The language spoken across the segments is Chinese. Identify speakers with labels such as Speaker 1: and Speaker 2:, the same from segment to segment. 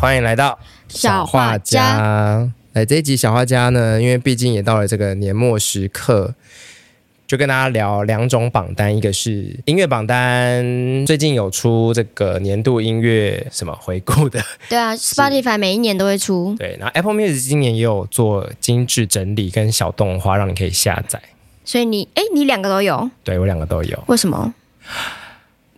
Speaker 1: 欢迎来到
Speaker 2: 小画家。
Speaker 1: 家。来这一集小画家呢，因为毕竟也到了这个年末时刻，就跟大家聊两种榜单，一个是音乐榜单，最近有出这个年度音乐什么回顾的，
Speaker 2: 对啊，Spotify 每一年都会出，
Speaker 1: 对，然后 Apple Music 今年也有做精致整理跟小动画，让你可以下载。
Speaker 2: 所以你哎，你两个都有，
Speaker 1: 对我两个都有，
Speaker 2: 为什么？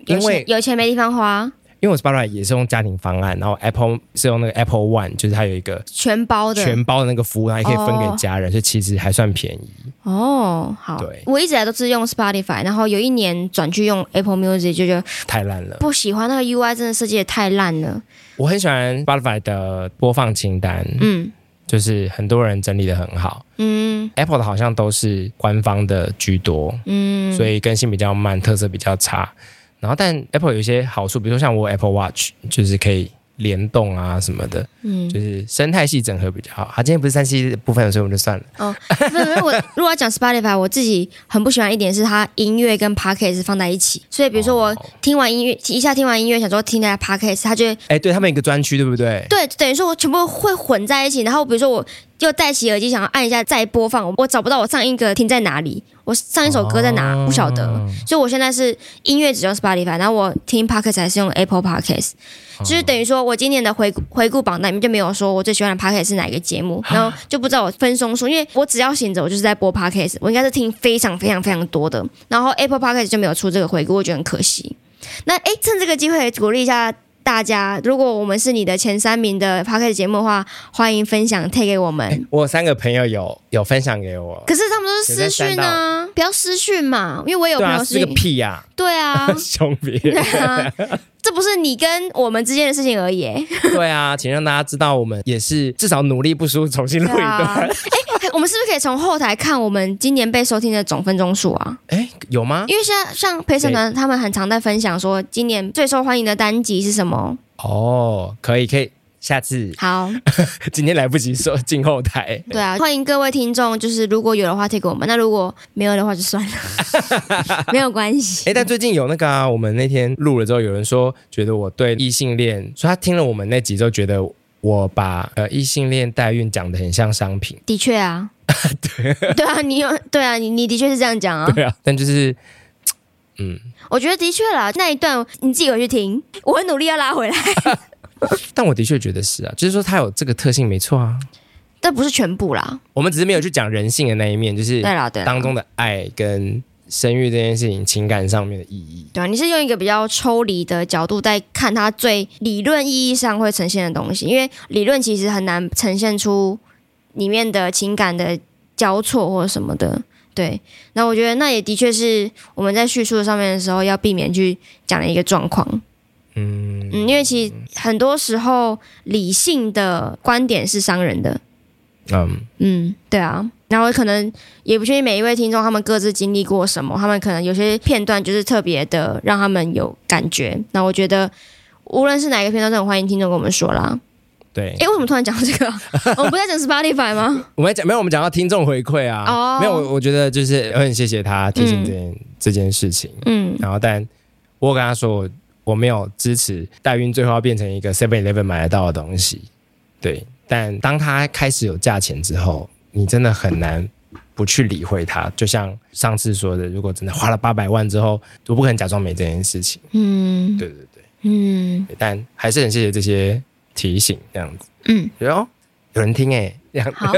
Speaker 1: 因为
Speaker 2: 有钱有钱没地方花，
Speaker 1: 因为我 Spotify 也是用家庭方案，然后 Apple 是用那个 Apple One，就是它有一个
Speaker 2: 全包的。
Speaker 1: 全包的那个服务，它也可以分
Speaker 2: 哦
Speaker 1: 给家人，所以其实还算便宜。
Speaker 2: 哦，好
Speaker 1: 对，
Speaker 2: 我一直以来都是用 Spotify，然后有一年转去用 Apple Music，就觉得
Speaker 1: 太烂了，
Speaker 2: 不喜欢那个 UI，真的设计的太烂了。
Speaker 1: 我很喜欢 Spotify 的播放清单，
Speaker 2: 嗯
Speaker 1: 就是很多人整理的很好。
Speaker 2: 嗯
Speaker 1: Apple 的好像都是官方的居多，
Speaker 2: 嗯，
Speaker 1: 所以更新比较慢，特色比较差。然后，但 Apple 有一些好处，比如说像我 Apple Watch，就是可以联动啊什么的，
Speaker 2: 嗯
Speaker 1: 就是生态系整合比较好。啊它、今天不是三 C 的部分，所以我们就算了。
Speaker 2: 哦不是， 我如果要讲 Spotify，我自己很不喜欢一点是它音乐跟 podcast 放在一起，所以比如说我
Speaker 1: 哦
Speaker 2: 听完音乐，一下听完音乐，想说听在 podcast，它就会
Speaker 1: 哎，对他们有一个专区，对不对？
Speaker 2: 对，等于说我全部会混在一起。然后比如说我又戴起耳机想要按一下再播放，我找不到我上一个听在哪里，我上一首歌在哪、不晓得，所以我现在是音乐只用 Spotify，然后我听 podcast 还是用 Apple podcast，就是等于说我今年的回顾回顾榜单里面就没有说我最喜欢的 podcast 是哪一个节目，然后就不知道我分松数，因为我只要醒着我就是在播 podcast，我应该是听非常非常非常多的，然后 Apple podcast 就没有出这个回顾，我觉得很可惜。那诶，趁这个机会鼓励一下大家，如果我们是你的前三名的 p o c a s t 节目的话，欢迎分享推给我们。
Speaker 1: 我有三个朋友有有分享给我，
Speaker 2: 可是他们都是私讯啊，不要私讯嘛，因为我也有
Speaker 1: 对
Speaker 2: 朋
Speaker 1: 啊，
Speaker 2: 友
Speaker 1: 是个屁呀、，
Speaker 2: 对啊
Speaker 1: 兄 弟。
Speaker 2: 对啊，这不是你跟我们之间的事情而已。 哎诶
Speaker 1: 对啊，请让大家知道我们也是至少努力不输，重新录一
Speaker 2: 对啊，
Speaker 1: 段。
Speaker 2: 诶我们是不是可以从后台看我们今年被收听的总分钟数啊？
Speaker 1: 哎、有吗？
Speaker 2: 因为现在像陪审团他们很常在分享说今年最受欢迎的单集是什么。
Speaker 1: 哦，可以可以，下次
Speaker 2: 好，
Speaker 1: 今天来不及说进后台。
Speaker 2: 对啊，欢迎各位听众，就是如果有的话推给我们，那如果没有的话就算了， 没有关系。
Speaker 1: 哎、但最近有那个啊，我们那天录了之后，有人说觉得我对异性恋，说他听了我们那集之后，觉得我把呃异性恋代孕讲的很像商品。
Speaker 2: 的 确啊，对对啊，你有对啊，你你的确是这样讲啊。
Speaker 1: 对啊，但就是
Speaker 2: 我觉得的确啦，那一段你自己回去听，我会努力要拉回来，
Speaker 1: 但我的确觉得是啊，就是说它有这个特性没错啊。
Speaker 2: 但不是全部啦。
Speaker 1: 我们只是没有去讲人性的那一面，就是
Speaker 2: 对啦，对啦
Speaker 1: 当，中的爱跟生育这件事情情感上面的意义。
Speaker 2: 对啊，你是用一个比较抽离的角度在看它最理论意义上会呈现的东西，因为理论其实很难呈现出里面的情感的交错或什么的。对，那我觉得那也的确是我们在叙述上面的时候要避免去讲的一个状况。
Speaker 1: 嗯，
Speaker 2: 嗯，因为其实很多时候理性的观点是伤人的。
Speaker 1: 嗯，
Speaker 2: 嗯，对啊。然后可能也不确定每一位听众他们各自经历过什么，他们可能有些片段就是特别的让他们有感觉。那我觉得无论是哪一个片段，都很欢迎听众跟我们说
Speaker 1: 嗯
Speaker 2: 啦。
Speaker 1: 对。
Speaker 2: 诶，为什么突然讲这个啊？我们不在讲 Spotify 吗？
Speaker 1: 我们讲没有，我们讲到听众回馈啊。
Speaker 2: 哦
Speaker 1: 没有，我我觉得就是呃很谢谢他提醒这件、这件事情。
Speaker 2: 嗯，
Speaker 1: 然后，但我有跟他说我我没有支持代孕最后要变成一个 Seven Eleven 买得到的东西。对，但当它开始有价钱之后，你真的很难不去理会它。就像上次说的，如果真的花了八百万之后，我不可能假装没这件事情。
Speaker 2: 嗯，
Speaker 1: 对对对。
Speaker 2: 嗯，
Speaker 1: 但还是很谢谢这些提醒，这样子。
Speaker 2: 嗯，
Speaker 1: 觉得哦，有人听哎、欸，这样
Speaker 2: 好。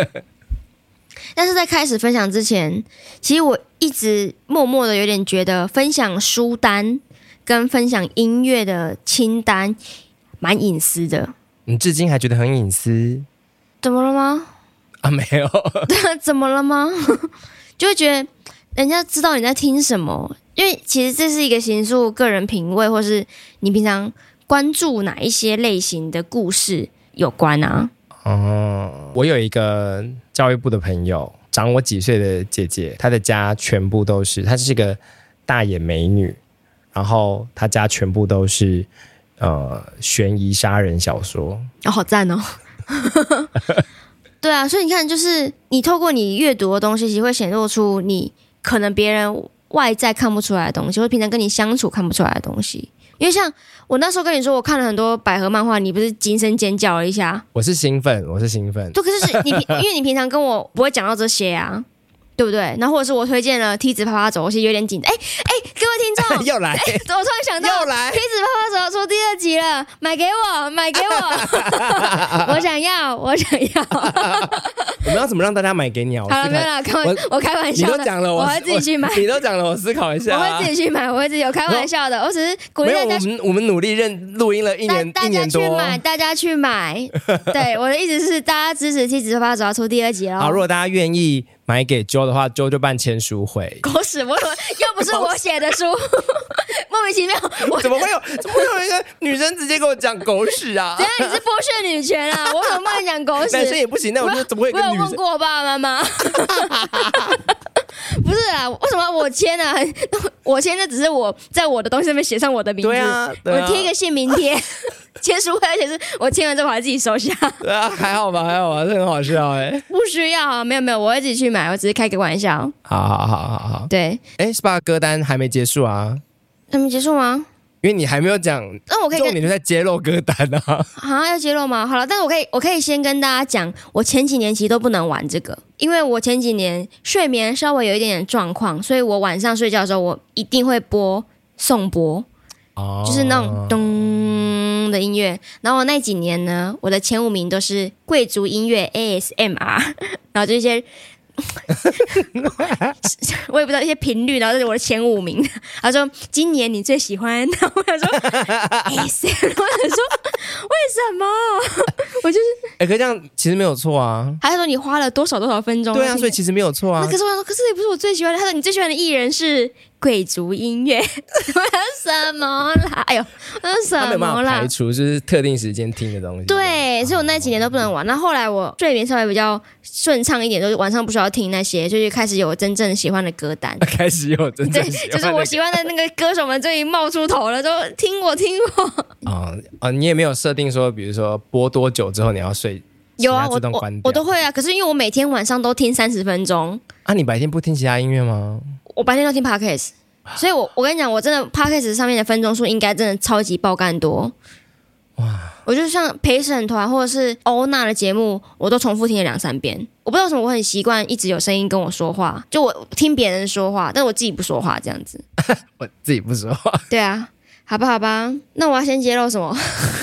Speaker 2: 但是在开始分享之前，其实我一直默默的有点觉得分享书单跟分享音乐的清单蛮隐私的。
Speaker 1: 你至今还觉得很隐私
Speaker 2: 怎么了吗？
Speaker 1: 啊？没有，
Speaker 2: 怎么了吗？ 就会觉得人家知道你在听什么，因为其实这是一个形塑个人品味，或是你平常关注哪一些类型的故事有关啊。
Speaker 1: 哦，我有一个教育部的朋友，长我几岁的姐姐，她的家全部都是，她是一个大眼美女，然后她家全部都是呃悬疑杀人小说。
Speaker 2: 哦，好赞哦！ 对啊，所以你看，就是你透过你阅读的东西，其实会显露出你可能别人外在看不出来的东西，或者平常跟你相处看不出来的东西。因为像我那时候跟你说，我看了很多百合漫画，你不是惊声尖叫了一下？
Speaker 1: 我是兴奋，我是兴 奋。
Speaker 2: 对，可是是你平，因为你平常跟我不会讲到这些啊，对不对？然后或者是我推荐了梯子啪啪走，我其实有点紧张。哎哎，各位听众，
Speaker 1: 又来，
Speaker 2: 我突然想到，
Speaker 1: 又来
Speaker 2: 梯，子啪啪走出第二集了，买给我，买给 我，我想要，我想要。
Speaker 1: 我们要怎么让大家买给你啊？我
Speaker 2: 好了，
Speaker 1: 思
Speaker 2: 没
Speaker 1: 考，
Speaker 2: 有了，开玩，我开玩
Speaker 1: 你
Speaker 2: 笑
Speaker 1: 都
Speaker 2: 的，
Speaker 1: 讲了，
Speaker 2: 我
Speaker 1: 我
Speaker 2: 会自己去买
Speaker 1: 我，你都讲了，我思考一
Speaker 2: 我
Speaker 1: 下啊。
Speaker 2: 会自己去买，我会自己有开玩笑的，我只是鼓励
Speaker 1: 没有，
Speaker 2: 大
Speaker 1: 我
Speaker 2: 家。
Speaker 1: 们我们努力认录音了一
Speaker 2: 大
Speaker 1: 年
Speaker 2: 大
Speaker 1: 一
Speaker 2: 家
Speaker 1: 年
Speaker 2: 去
Speaker 1: 多。
Speaker 2: 买，大家 去买。对，我的意思是，大家支持《七子啪啪走》要出第二集
Speaker 1: 好，如
Speaker 2: 喽。
Speaker 1: 果大家愿意买给 Joe 的话，Joe 就办签书会。
Speaker 2: 狗屎！我又不是 我写的书， 莫名其妙。我
Speaker 1: 怎么会有怎么会有一个女生直接跟我讲狗屎啊
Speaker 2: 怎？样？你是剥削女权啊！ 我怎么帮你讲狗
Speaker 1: 男生
Speaker 2: 屎？
Speaker 1: 也不行，那我就怎么会
Speaker 2: 我
Speaker 1: 跟
Speaker 2: 有
Speaker 1: 女
Speaker 2: 问
Speaker 1: 生？
Speaker 2: 过我爸爸妈妈。 不是啊，为什么我签啊？ 我签的只是我在我的东西上面写上我的名字，
Speaker 1: 对啊，对
Speaker 2: 我
Speaker 1: 啊，
Speaker 2: 贴一个姓名贴， 签书会，而且是我签完之后我还自己收 下。
Speaker 1: 对啊，还好吧，还好吧，这很好笑哎、
Speaker 2: 不需要啊，没有没有，我会自己去买，我只是开个玩笑。
Speaker 1: 好好好好好，
Speaker 2: 对，
Speaker 1: 哎、s p a 歌单还没结束啊，
Speaker 2: 那么结束吗？
Speaker 1: 因为你还没有讲，
Speaker 2: 那我可以
Speaker 1: 重
Speaker 2: 跟
Speaker 1: 点就在揭露歌单啊。
Speaker 2: 啊要揭露吗？好了，但是我可以我可以先跟大家讲，我前几年其实都不能玩这个，因为我前几年睡眠稍微有一点点状况，所以我晚上睡觉的时候我一定会播颂钵，
Speaker 1: 哦
Speaker 2: 就是那种咚的音乐。然后我那几年呢，我的前五名都是贵族音乐 ASMR，然后 就一些。我也不知道一些频率，然后这是我的前五名。他说今年你最喜欢，然后我想说 ASMR，我想说为什么？我就是
Speaker 1: 哎、可是这样其实没有错啊。
Speaker 2: 还是说你花了多少多少分钟？
Speaker 1: 对啊，所以其实没有错啊
Speaker 2: 那可。是我想说，可是也不是我最喜欢的。他说你最喜欢的艺人是贵族音乐， 我说什么啦？哎呦，我说
Speaker 1: 他没
Speaker 2: 什
Speaker 1: 有办
Speaker 2: 么
Speaker 1: 法
Speaker 2: 啦
Speaker 1: 排？除就是特定时间听的东西。。
Speaker 2: 对，所以我那几年都不能玩。那后来我睡眠稍微比较顺畅一点，就是晚上不需要听那些，就是开始有真正喜欢的歌单
Speaker 1: 开始有 真
Speaker 2: 对
Speaker 1: 正喜，
Speaker 2: 就
Speaker 1: 欢
Speaker 2: 是
Speaker 1: 的
Speaker 2: 我喜欢的那个歌手们终于冒出头了，都听 我听我。
Speaker 1: 啊啊！你也没有设定说，比如说播多久之后你要睡，
Speaker 2: 有啊，
Speaker 1: 请它
Speaker 2: 我
Speaker 1: 自动
Speaker 2: 我
Speaker 1: 关掉
Speaker 2: 我都会啊。可是因为我每天晚上都听三十分钟，
Speaker 1: 啊？你白天不听其他音乐吗？
Speaker 2: 我白天都听 podcast，所以我我跟你讲，我真的 podcast 上面的分钟数应该真的超级爆干多。哇！我就像陪审团或者是欧娜的节目，我都重复听了两三遍。我不知道为什么，我很习惯一直有声音跟我说话，就我听别人说话，但我自己不说话这样子。
Speaker 1: 我自己不 说话
Speaker 2: 对啊，好吧，好吧，那我要先揭露什么？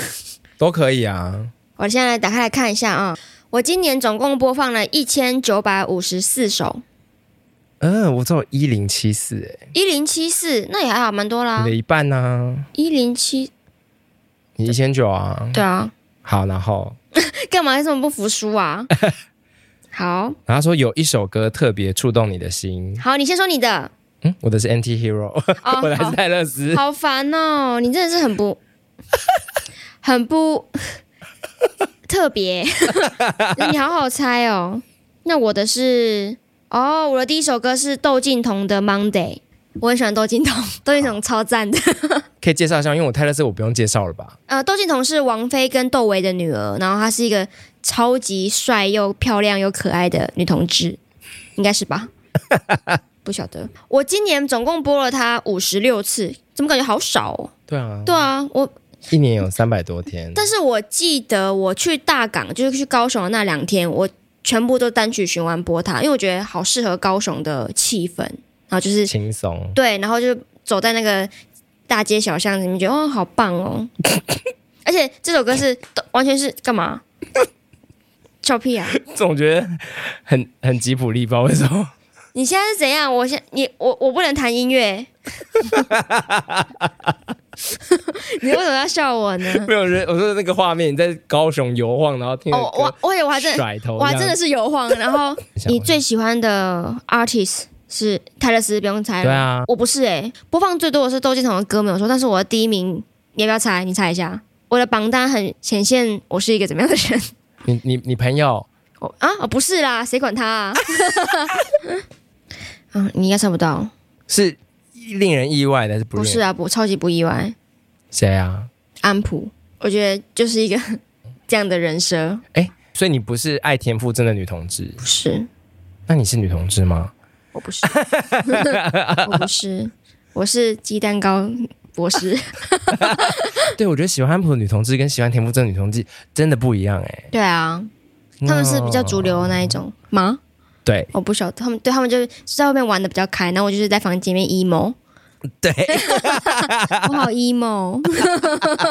Speaker 1: 都可以啊。
Speaker 2: 我现在来打开来看一下啊。我今年总共播放了一千九百五十四首，
Speaker 1: 嗯，我只有一零七四，哎、
Speaker 2: 一零七四，那也还好，蛮多啦
Speaker 1: 你的。一半呢、啊？
Speaker 2: 一零七，
Speaker 1: 你一千九啊？
Speaker 2: 对啊，
Speaker 1: 好，然后
Speaker 2: 干嘛这么不服输 啊？好
Speaker 1: 然后他说有一首歌特别触动你的心，
Speaker 2: 好，你先说你 的。
Speaker 1: 嗯，我的是 Anti Hero，、
Speaker 2: 哦，
Speaker 1: 我的
Speaker 2: 好
Speaker 1: 是泰勒斯，
Speaker 2: 好烦哦，你真的是很 不，很不特别。 你好好猜哦。那我的是，哦，我的第一首歌是窦靖童的《Monday》，我很喜欢窦靖童，窦靖童超赞的。
Speaker 1: 可以介绍一下，因为我泰勒斯我不用介绍了吧？
Speaker 2: 呃，窦靖童是王菲跟窦唯的女儿，然后她是一个超级帅又漂亮又可爱的女同志，应该是吧？不晓得，我今年总共播了她五十六次，怎么感觉好少哦？
Speaker 1: 对啊，
Speaker 2: 对啊，我
Speaker 1: 一年有三百多天，
Speaker 2: 但是我记得我去大港，就是去高雄的那两天，我全部都单曲循环播它，因为我觉得好适合高雄的气氛，然后就是
Speaker 1: 轻松。
Speaker 2: 对，然后就走在那个大街小巷里面，觉得哦，好 棒哦！而且这首歌是都完全是 干嘛？笑屁啊！
Speaker 1: 总觉得很很吉普力，不知道为什么。
Speaker 2: 你现在是怎样？我现你我我不能弹音乐， 你为什么要笑我呢？
Speaker 1: 没有人，我说那个画面，你在高雄游晃，然后听着
Speaker 2: 哦，
Speaker 1: 歌
Speaker 2: 我我也我还真的
Speaker 1: 甩头
Speaker 2: 我
Speaker 1: 这样，
Speaker 2: 还真的是油晃。然后
Speaker 1: 想
Speaker 2: 你最喜欢的 artist 是泰勒斯，不用猜了。
Speaker 1: 对啊，
Speaker 2: 我不是哎、播放最多的是窦靖童的歌没有错，但是我的第一名，你要不要猜？你猜一下，我的榜单很显现我是一个怎么样的人？
Speaker 1: 你你你朋友
Speaker 2: 我啊，哦不是啦，谁管他啊？ 嗯，你应该猜不到，
Speaker 1: 是令人意外的，还是不
Speaker 2: 不是
Speaker 1: 令人
Speaker 2: 啊，不超级不意外，
Speaker 1: 谁啊？
Speaker 2: 安普，我觉得就是一个 这样的人设，
Speaker 1: 所以你不是爱田馥甄的女同志，
Speaker 2: 不是，
Speaker 1: 那你是女同 志吗？
Speaker 2: 我不是，我不是，我是鸡蛋糕博士。
Speaker 1: 对，我觉得喜欢安普的女同志跟喜欢田馥甄的女同志真的不一样哎、
Speaker 2: 对啊，他们是比较主流的那一种吗？
Speaker 1: 对
Speaker 2: 我不晓得，他们对他们就是在外面玩的比较开，然后我就是在房间里面 emo，
Speaker 1: 对
Speaker 2: 我好 emo，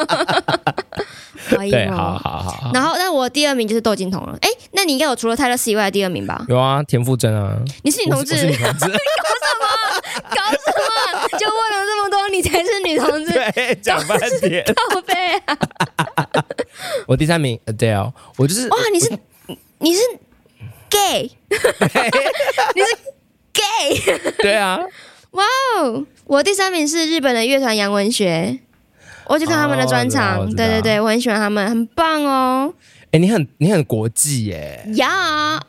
Speaker 2: 我好
Speaker 1: 对，好
Speaker 2: emo。
Speaker 1: 好好好。
Speaker 2: 然后，但我第二名就是窦靖童了。哎，那你应该有除了泰勒斯以外的第二名吧？
Speaker 1: 有啊，田馥甄啊，
Speaker 2: 你是女
Speaker 1: 我
Speaker 2: 同
Speaker 1: 是
Speaker 2: 志
Speaker 1: 我，是女同 志，
Speaker 2: 搞什么？就问了这么多，你才是女同志，
Speaker 1: 对，讲半天。
Speaker 2: 靠背啊！
Speaker 1: 我第三名 Adele，我就是
Speaker 2: 哇，你是你是 gay，你是 gay
Speaker 1: 对啊，
Speaker 2: 哦！我第三名是日本的乐团杨文学，我去看他们的专场，
Speaker 1: 哦我知道
Speaker 2: 对对对，我很喜欢他们，很棒哦
Speaker 1: 哎、你很你很国际耶、
Speaker 2: 呀！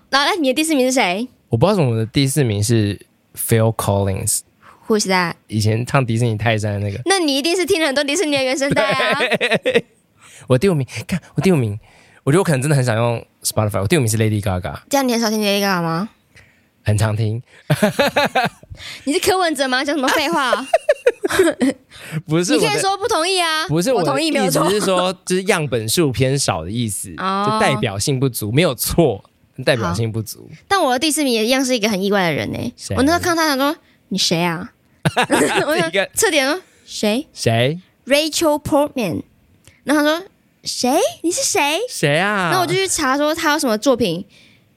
Speaker 2: 然后，那哎你的第四名是谁
Speaker 1: 我不知道为什么我的第四名是 Phil Collins，
Speaker 2: ？Who's that？
Speaker 1: 以前唱迪士尼泰山的那个。
Speaker 2: 那你一定是听了很多迪士尼的原声带 啊！
Speaker 1: 我第五名，看我第五名，我觉得我可能真的很想用 Spotify。我第五名是 Lady Gaga，
Speaker 2: 这样你很少听 Lady Gaga 吗？
Speaker 1: 很常听。
Speaker 2: 你是柯文哲吗？讲什么废话？
Speaker 1: 不是我
Speaker 2: 你可以
Speaker 1: 的，
Speaker 2: 说不同意啊！
Speaker 1: 不是
Speaker 2: 我
Speaker 1: 的
Speaker 2: 同意，没有
Speaker 1: 意
Speaker 2: 错
Speaker 1: 思。是说，就是样本数偏少的意思，
Speaker 2: 哦
Speaker 1: 就代表性不足，没有错，代表性不足。
Speaker 2: 但我的第四名也一样是一个很意外的人呢、
Speaker 1: 谁啊
Speaker 2: 我那时候看到他想说你谁啊？ 我想
Speaker 1: 一 个
Speaker 2: 测点说谁
Speaker 1: 谁
Speaker 2: ？Rachel Portman。然后他说谁？你是谁？
Speaker 1: 谁啊？
Speaker 2: 然后我就去查说他有什么作品，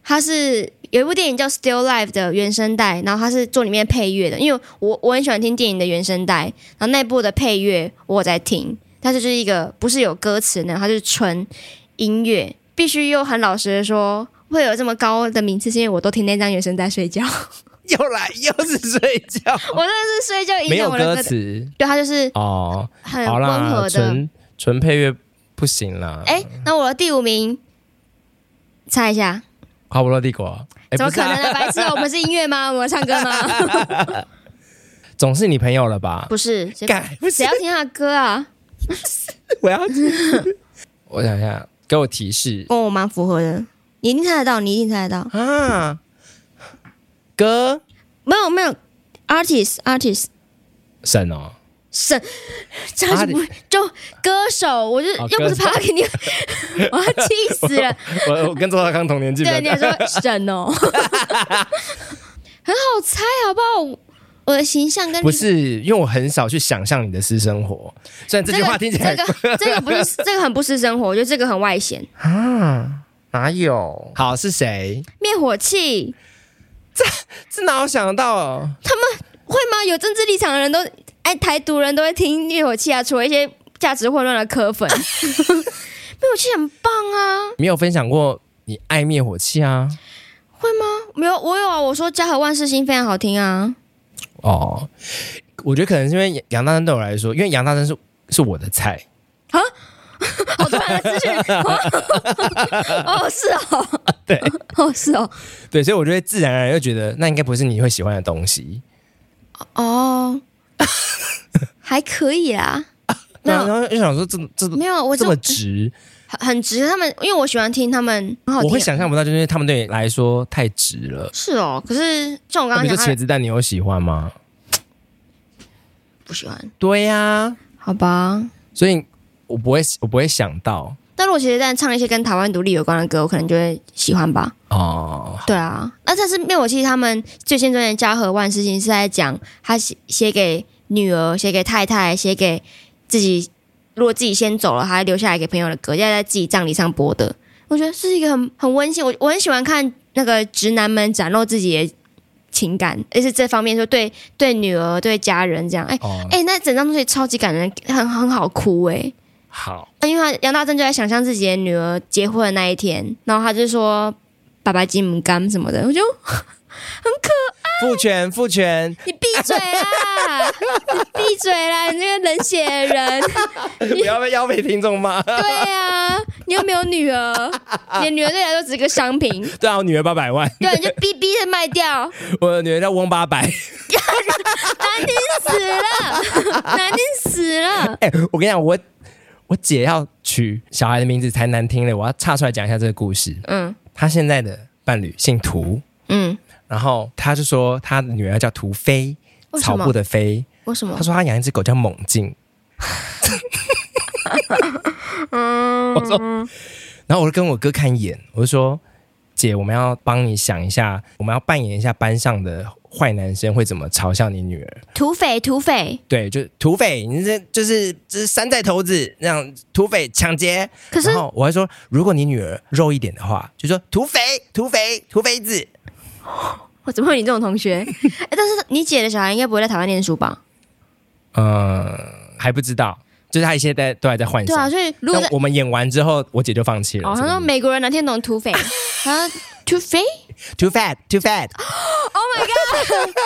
Speaker 2: 他是有一部电影叫《Still Life》的原声带，然后他是做里面配乐的，因为我我很喜欢听电影的原声带，然后那部的配乐我有在听，但是就是一个不是有歌词呢，它就是纯音乐，必须又很老实的说，会有这么高的名次，是因为我都听那张原声带睡 觉，
Speaker 1: 又来又是睡觉，
Speaker 2: 我真的是睡觉 影
Speaker 1: 没有
Speaker 2: 响我的
Speaker 1: 歌
Speaker 2: 歌词，
Speaker 1: 词
Speaker 2: 对，它就是
Speaker 1: 哦。
Speaker 2: 很
Speaker 1: 好
Speaker 2: 温
Speaker 1: 啦，
Speaker 2: 和的。
Speaker 1: 纯纯配乐不行啦。
Speaker 2: 哎，那我的第五名，猜一下。
Speaker 1: 花不落帝国，哎，
Speaker 2: 怎么
Speaker 1: 不是
Speaker 2: 可
Speaker 1: 啊
Speaker 2: 能呢？白痴哦，我们是音乐吗？我们唱歌 吗？
Speaker 1: 总是你朋友了吧？
Speaker 2: 不是，谁
Speaker 1: 改不是
Speaker 2: 谁，要听他的歌啊？
Speaker 1: 我 要，我想一下，给我提示
Speaker 2: 跟哦我蛮符合的，你一定猜得到，你一定猜得到。
Speaker 1: 啊，歌
Speaker 2: 没有没有，artist artist
Speaker 1: 神哦，
Speaker 2: 是，这样子不就歌手？我就
Speaker 1: 哦
Speaker 2: 又不
Speaker 1: 歌
Speaker 2: 是
Speaker 1: 手
Speaker 2: parking，你 我要气死了。
Speaker 1: 我我跟周大康同年纪
Speaker 2: 对，你 还
Speaker 1: 的，
Speaker 2: 说神哦，很好猜好不好？我的形象跟你
Speaker 1: 不是，因为我很少去想象你的私生活，虽然这句话听起来
Speaker 2: 这个这个不是这个很不是生活，我觉得这个很外显。
Speaker 1: 啊，哪有？好是谁？
Speaker 2: 灭火器
Speaker 1: 这哪有想得到？
Speaker 2: 会吗？有政治立场的人都哎，台独人都会听灭火器啊，除了一些价值混乱的科粉，灭火器很棒啊，
Speaker 1: 没有分享过你爱灭火器啊？
Speaker 2: 会吗？ 没有，我有啊，我说家和万事兴非常好听 啊，
Speaker 1: 哦，我觉得可能是因为杨大生对我来说，因为杨大生是是我的菜，
Speaker 2: 好突然的资讯， 哦是哦，
Speaker 1: 对，
Speaker 2: 哦是哦，
Speaker 1: 对，所以我就会自然而然就觉得那应该不是你会喜欢的东西。
Speaker 2: 哦，还可以啦，
Speaker 1: 对
Speaker 2: 没
Speaker 1: 啊
Speaker 2: 有
Speaker 1: 然后就想说这这
Speaker 2: 没有，嗯我
Speaker 1: 这
Speaker 2: 就
Speaker 1: 么直，
Speaker 2: 很很直，他们因为我喜欢听他们，很好
Speaker 1: 我
Speaker 2: 听
Speaker 1: 会
Speaker 2: 啊，
Speaker 1: 想象不到，就是因为他们对你来说太直了。
Speaker 2: 是哦，可是像我
Speaker 1: 那
Speaker 2: 刚刚
Speaker 1: 比如
Speaker 2: 讲，
Speaker 1: 说茄
Speaker 2: 他
Speaker 1: 子啊蛋，你有喜欢吗？
Speaker 2: 不喜欢，
Speaker 1: 对呀、
Speaker 2: 好吧。
Speaker 1: 所以我不会我不会想到
Speaker 2: 但如果其实在唱一些跟台湾独立有关的歌，我可能就会喜欢吧。
Speaker 1: 哦，
Speaker 2: 对啊，那但是灭火器他们最新专辑《家和万事兴》是在讲他写写给女儿、写给太太、写给自己，如果自己先走了，还留下来给朋友的歌，要在自己葬礼上播的。我觉得是一个很很温馨，我我很喜欢看那个直男们展露自己的情感，而是这方面说对对女儿、对家人这样。哎、
Speaker 1: 哦
Speaker 2: 哎、那整张东西超级感人，很很好哭哎、
Speaker 1: 好，
Speaker 2: 因为他杨大正就在想象自己的女儿结婚的那一天，然后他就说“爸爸金姆干”什么的，我就
Speaker 1: 父权父 权，
Speaker 2: 你闭 嘴啦，你闭嘴啦，你这个冷血的人！
Speaker 1: 不要被要被听众骂。
Speaker 2: 对啊，你又没有女儿，你的女儿对你来说只是个商品，
Speaker 1: 对啊，我女儿八百万，
Speaker 2: 对，你就逼逼的卖掉，
Speaker 1: 我的女儿叫翁八百。
Speaker 2: 难听死了， 难听死了！
Speaker 1: 哎、我跟你讲，我我姐要取小孩的名字才难听嘞，我要岔出来讲一下这个故事。
Speaker 2: 嗯
Speaker 1: 她现在的伴侣姓涂，
Speaker 2: 嗯，
Speaker 1: 然后她就说她的女儿叫涂飞，
Speaker 2: 为什
Speaker 1: 草
Speaker 2: 么
Speaker 1: 布的飞。
Speaker 2: 为什么
Speaker 1: 她？说她养一只狗叫猛进，
Speaker 2: 嗯
Speaker 1: 我说，然后我就跟我哥看一眼，我就说：“姐，我们要帮你想一下，我们要扮演一下班上的坏男生会怎么嘲笑你女儿。”
Speaker 2: 土匪，土匪。
Speaker 1: 对，就土匪，你这就是这是山寨头子，那样土匪抢劫。
Speaker 2: 可是
Speaker 1: 然后我还说，如果你女儿肉一点的话，就说土匪、土匪、土匪子。
Speaker 2: 我怎么会有你这种 同学？哎、但是你姐的小孩应该不会在台湾念书吧？
Speaker 1: 嗯，还不知道，就是他现在都还在幻
Speaker 2: 对
Speaker 1: 想。
Speaker 2: 啊，所以如果在
Speaker 1: 但我们演完之后，我姐就放弃了。
Speaker 2: 哦，他说美国人哪听得懂土 匪啊？土匪
Speaker 1: too fat, too fat,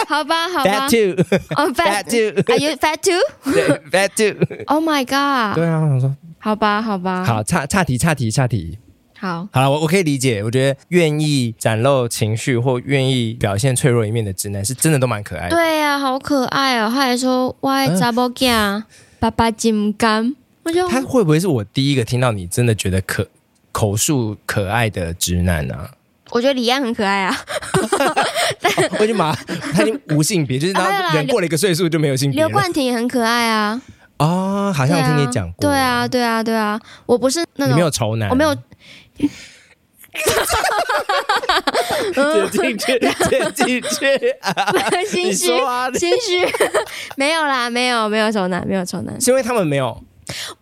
Speaker 2: 好吧，好吧
Speaker 1: fat，too,
Speaker 2: 哦
Speaker 1: fat too，
Speaker 2: ，Are you fat too?
Speaker 1: 对 fat too。
Speaker 2: Oh my god！
Speaker 1: 对啊，我想说，
Speaker 2: 好吧，好吧，
Speaker 1: 好，岔岔题，岔题，岔题。
Speaker 2: 好
Speaker 1: 好了，我我可以理解，我觉得愿意展露情绪或愿意表现脆弱一面的直男，是真的都蛮可爱的。
Speaker 2: 对呀、啊，好可爱哦。他还说我
Speaker 1: 嗯
Speaker 2: 爱查某囝，爸爸金刚，我就
Speaker 1: 他会不会是我第一个听到你真的觉得可口述可爱的直男 啊？
Speaker 2: 我觉得李安很可爱啊，
Speaker 1: 哦我已经马他已经无性别，就是
Speaker 2: 啊没有
Speaker 1: 然
Speaker 2: 啦
Speaker 1: 后人过了一个岁数就没有性别
Speaker 2: 刘
Speaker 1: 了。
Speaker 2: 冠廷也很可爱啊。
Speaker 1: 哦，好
Speaker 2: 好
Speaker 1: 像听你讲过，
Speaker 2: 对，啊，对啊，对啊，我不是那
Speaker 1: 你
Speaker 2: 种
Speaker 1: 没有仇男，
Speaker 2: 我没 有，
Speaker 1: 剪进 去，剪进去，啊
Speaker 2: 心
Speaker 1: 你
Speaker 2: 虚，
Speaker 1: 说啊，
Speaker 2: 心虚， 没有啦，没有，没有丑男，没有丑男，
Speaker 1: 是因为他们没有，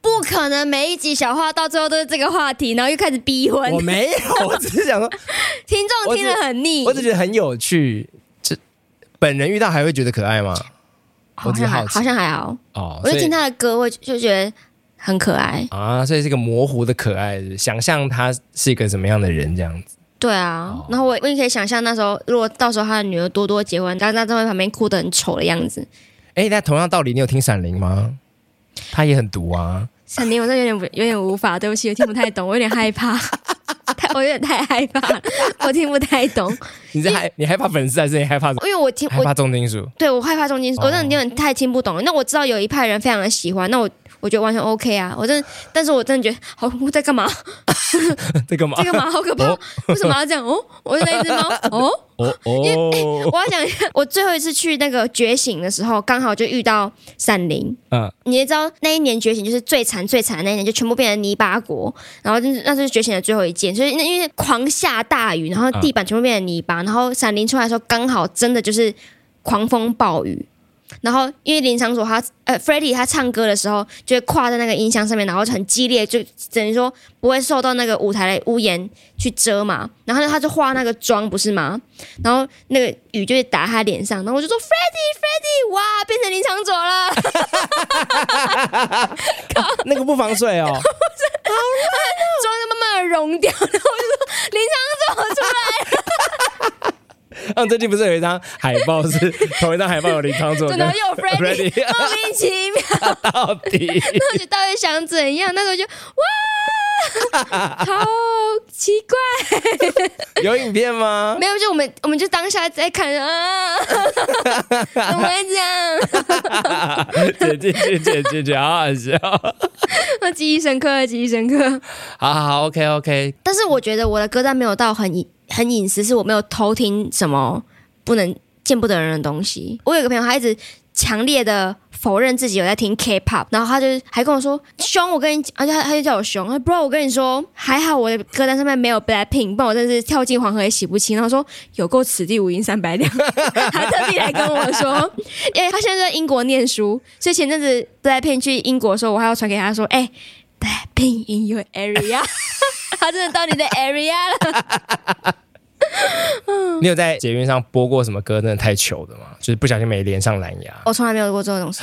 Speaker 2: 不可能每一集小话到最后都是这个话题，然后又开始逼婚，
Speaker 1: 我没 有，我只是想说，
Speaker 2: 听众听得很腻，
Speaker 1: 我只觉得很有趣。这本人遇到还会觉得可爱吗？我
Speaker 2: 好
Speaker 1: 只是
Speaker 2: 像还
Speaker 1: 好奇
Speaker 2: 好像还好，
Speaker 1: 哦，
Speaker 2: 我就
Speaker 1: 所以
Speaker 2: 听他的歌，我就就觉得很可爱，
Speaker 1: 啊，所以是个模糊的可爱，想象他是一个什么样的人这样子。
Speaker 2: 对啊，
Speaker 1: 哦
Speaker 2: 然后我我也可以想象那时候，如果到时候他的女儿多多结婚，然后他在旁边哭得很丑的样子，
Speaker 1: 哎，那同样道理，你有听《闪灵》吗？他也很毒啊，
Speaker 2: 闪灵，我真的有点不有点无法，对不起，我听不太懂，我有点害怕， 太我有点太害怕了，我听不太懂，
Speaker 1: 你是害你害怕粉丝还是你害怕什么
Speaker 2: 因为我听
Speaker 1: 害
Speaker 2: 我
Speaker 1: 怕重金属？
Speaker 2: 对我害怕重金属，
Speaker 1: 哦
Speaker 2: 我真的有点太听不懂了。那我知道有一派人非常的喜欢，那我我觉得完全 OK 啊。我真的，但是我真的觉得好恐怖，在干嘛？
Speaker 1: 这个吗
Speaker 2: 在？干嘛？好可怕！
Speaker 1: 哦
Speaker 2: 为什么要这样？哦，我是那一只猫。 哦，
Speaker 1: 哦哦，
Speaker 2: 我要讲一下，我最后一次去那个觉醒的时候，刚好就遇到闪灵。
Speaker 1: 嗯，
Speaker 2: 你也知道，那一年觉醒就是最惨最惨的那一年，就全部变成泥巴国。然后就是那就是觉醒的最后一届，所以那因为狂下大雨，然后地板全部变成泥巴，然后闪灵出来的时候刚好真的就是狂风暴雨。然后因为林场所他呃 f r e d d y 他唱歌的时候就会跨在那个音箱上面，然后很激烈，就等于说不会受到那个舞台的屋檐去遮嘛。然后呢，他就化那个妆不是吗？然后那个雨就会打他脸上，然后我就说 f r e d d y f r e d d y 哇，变成林场所了。
Speaker 1: 那个不防水哦，
Speaker 2: 妆就慢慢的融掉，然后我就说林长走出来，
Speaker 1: 嗯，最近不是有一张海报是 同一张海报有林昌佐
Speaker 2: 真
Speaker 1: 跟
Speaker 2: 的又 Freddy，
Speaker 1: Freddy
Speaker 2: 莫名其妙，
Speaker 1: 到底，
Speaker 2: 然后就到底想怎样？那时候就哇，好奇怪，
Speaker 1: 有影片吗？
Speaker 2: 没有，就我们我们就当下在看啊， 怎么会这样？
Speaker 1: 剪进去，剪进去，好好笑。
Speaker 2: 我记忆深刻，记忆深刻。
Speaker 1: 好好好，OK OK，
Speaker 2: 但是我觉得我的歌单没有到很隐很隐私，是我没有偷听什么不能见不得人的东西。我有个朋友，他一直强烈的否认自己有在听 K-pop，然后他就还跟我说：“熊，我跟你讲，而且他他就叫我熊，他说不然我跟你说，还好我的歌单上面没有 Blackpink，不然我真的是跳进黄河也洗不清。”然后说：“有够此地无银三百两。” 他特地来跟我说，因为他现在在英国念书，所以前阵子 Blackpink 去英国的时候，我还要传给他说：“哎、b l a c k p i n k in your area。”他 真的到你的 area 了。
Speaker 1: 你有在捷运上播过什么歌？真的太糗的吗？就是不小心没连上蓝牙。
Speaker 2: 我从来没有过这种 事，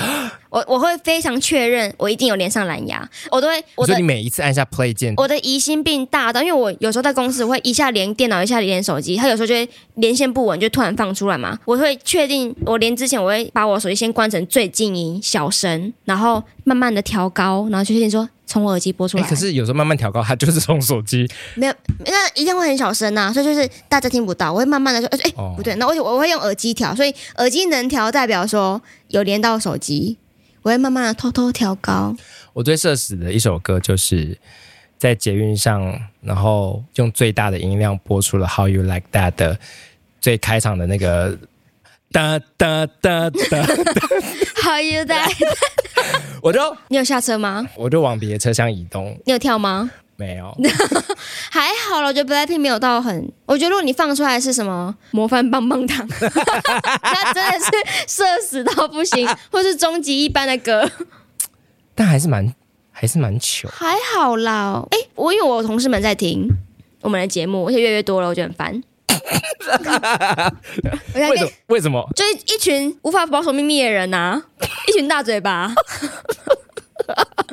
Speaker 2: 我我会非常确认，我一定有连上蓝牙，我都会我
Speaker 1: 我说
Speaker 2: 的
Speaker 1: 你每一次按下 Play 键，
Speaker 2: 我的疑心病大到，因为我有时候在公司我会一下连电脑，一下连手机，它有时候就会连线不稳，就突然放出来嘛。我会确定我连之前，我会把我手机先关成最静音、小声，然后慢慢的调高，然后确定说从我耳机播出
Speaker 1: 哎、
Speaker 2: 来。
Speaker 1: 可是有时候慢慢调高，它就是从手机
Speaker 2: 那一定会很小声啊呐、所以就是大家听不到。我会慢慢的说，哎、哎
Speaker 1: 哦
Speaker 2: 不对，那我就我会用耳机调，所以耳机能调代表说有连到手机，我会慢慢的偷偷调高。
Speaker 1: 我最社死的一首歌就是在捷运上，然后用最大的音量播出了《How You Like That》的最开场的那个哒哒哒哒，
Speaker 2: How you that？
Speaker 1: 我就
Speaker 2: 你有下车吗？
Speaker 1: 我就往别的车厢移动，
Speaker 2: 你有跳吗？
Speaker 1: 没 有，
Speaker 2: 还好了，我觉得 Blackpink 没有到很，我觉得如果你放出来是什么模范棒棒糖， 那真的是社死到不行，或是终极一般的歌，
Speaker 1: 但还是蛮还是蛮糗。
Speaker 2: 还好啦。哎、我因为我有同事们在听我们的节目，而且越来越多了，我觉得很 烦。我
Speaker 1: 为
Speaker 2: 在跟
Speaker 1: 什么？为什么？
Speaker 2: 就是一群无法保守秘密的人呐、 一群大嘴巴。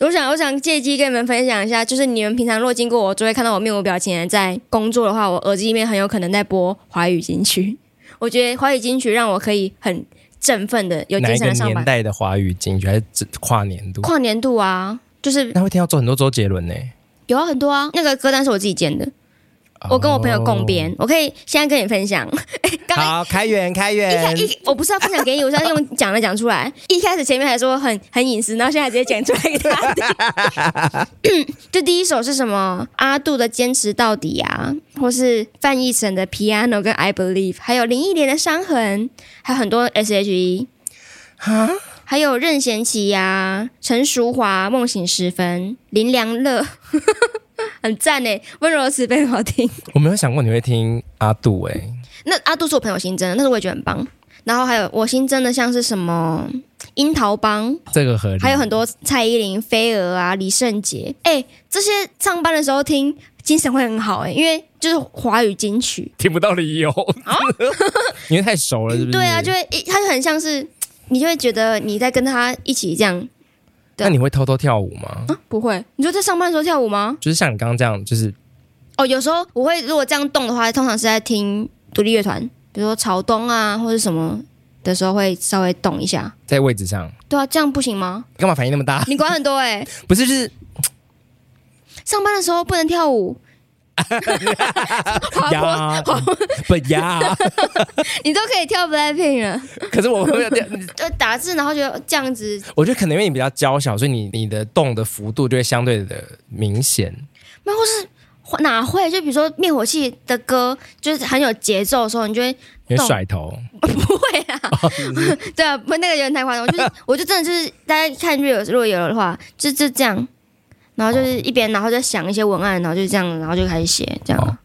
Speaker 2: 我想，我想借机跟你们分享一下，就是你们平常若经过我，就会看到我面无表情的在工作的话，我耳机里面很有可能在播华语金曲。我觉得华语金曲让我可以很振奋的，有
Speaker 1: 哪
Speaker 2: 精
Speaker 1: 哦一
Speaker 2: 神
Speaker 1: 个
Speaker 2: 的上
Speaker 1: 年
Speaker 2: 班。
Speaker 1: 代的华语金曲还是只跨年度？
Speaker 2: 跨年度啊，就是
Speaker 1: 那会听到做很多周杰伦呢、
Speaker 2: 有啊很多啊，那个歌单是我自己建的，我跟我朋友共编，
Speaker 1: 哦
Speaker 2: 我可以现在跟你分享。 哎刚刚
Speaker 1: 好，开源开
Speaker 2: 一开
Speaker 1: 源，
Speaker 2: 一，我不是要分享给你，我是要用讲的讲出 来。一开始前面还说很很隐私，然后现在直接讲出来给大 家听。就第一首是什么？阿杜的《坚持到底》啊，或是范逸臣的《Piano》跟《I Believe》，还有林忆莲的《伤痕》，还有很多 S.H.E。还有任贤齐呀、陈淑华《梦醒时分》，林良乐， 很赞呢，温柔的词非常好听。
Speaker 1: 我没有想过你会听阿杜哎、
Speaker 2: 那阿杜是我朋友新增的，但是我也觉得很棒。然后还有我新增的像是什么樱桃帮，
Speaker 1: 这个合理。
Speaker 2: 还有很多蔡依林、飞儿啊、李圣杰，哎、这些上班的时候听精神会很好哎、因为就是华语金曲，
Speaker 1: 听不到理由， 因为太熟了，是不是？
Speaker 2: 啊对啊，就会一它就很像是你就会觉得你在跟他一起这样
Speaker 1: 那你会偷偷跳舞吗？
Speaker 2: 啊，不会？你说在上班的时候跳舞吗？
Speaker 1: 就是像你刚刚这样，就是
Speaker 2: 哦，有时候我会如果这样动的话，通常是在听独立乐团，比如说朝东啊或者什么的时候会稍微动一下。
Speaker 1: 在位置上，
Speaker 2: 对啊，这样不行吗？
Speaker 1: 干嘛反应那么大？
Speaker 2: 你管很多哎、
Speaker 1: 不是，就是
Speaker 2: 上班的时候不能 跳舞。滑坡，
Speaker 1: 呀， 不呀。
Speaker 2: 你都可以跳 Blackpink 了，
Speaker 1: 可是我会，
Speaker 2: 就打字，然后就这样子。
Speaker 1: 我觉得可能因为你比较娇小，所以你你的动的幅度就会相对的明显。
Speaker 2: 那或是哪会？就比如说灭火器的歌，就是很有节奏的时候，你 就会
Speaker 1: 你会
Speaker 2: 动
Speaker 1: 甩头，
Speaker 2: 不会啊？
Speaker 1: 哦
Speaker 2: 对啊，不那个有点太夸张。我就是，我就真的就是大家看若有若有的话，就就这样，然后就是一边，然后再想一些文案，然后就这样，然后就开始写这
Speaker 1: 哦
Speaker 2: 样。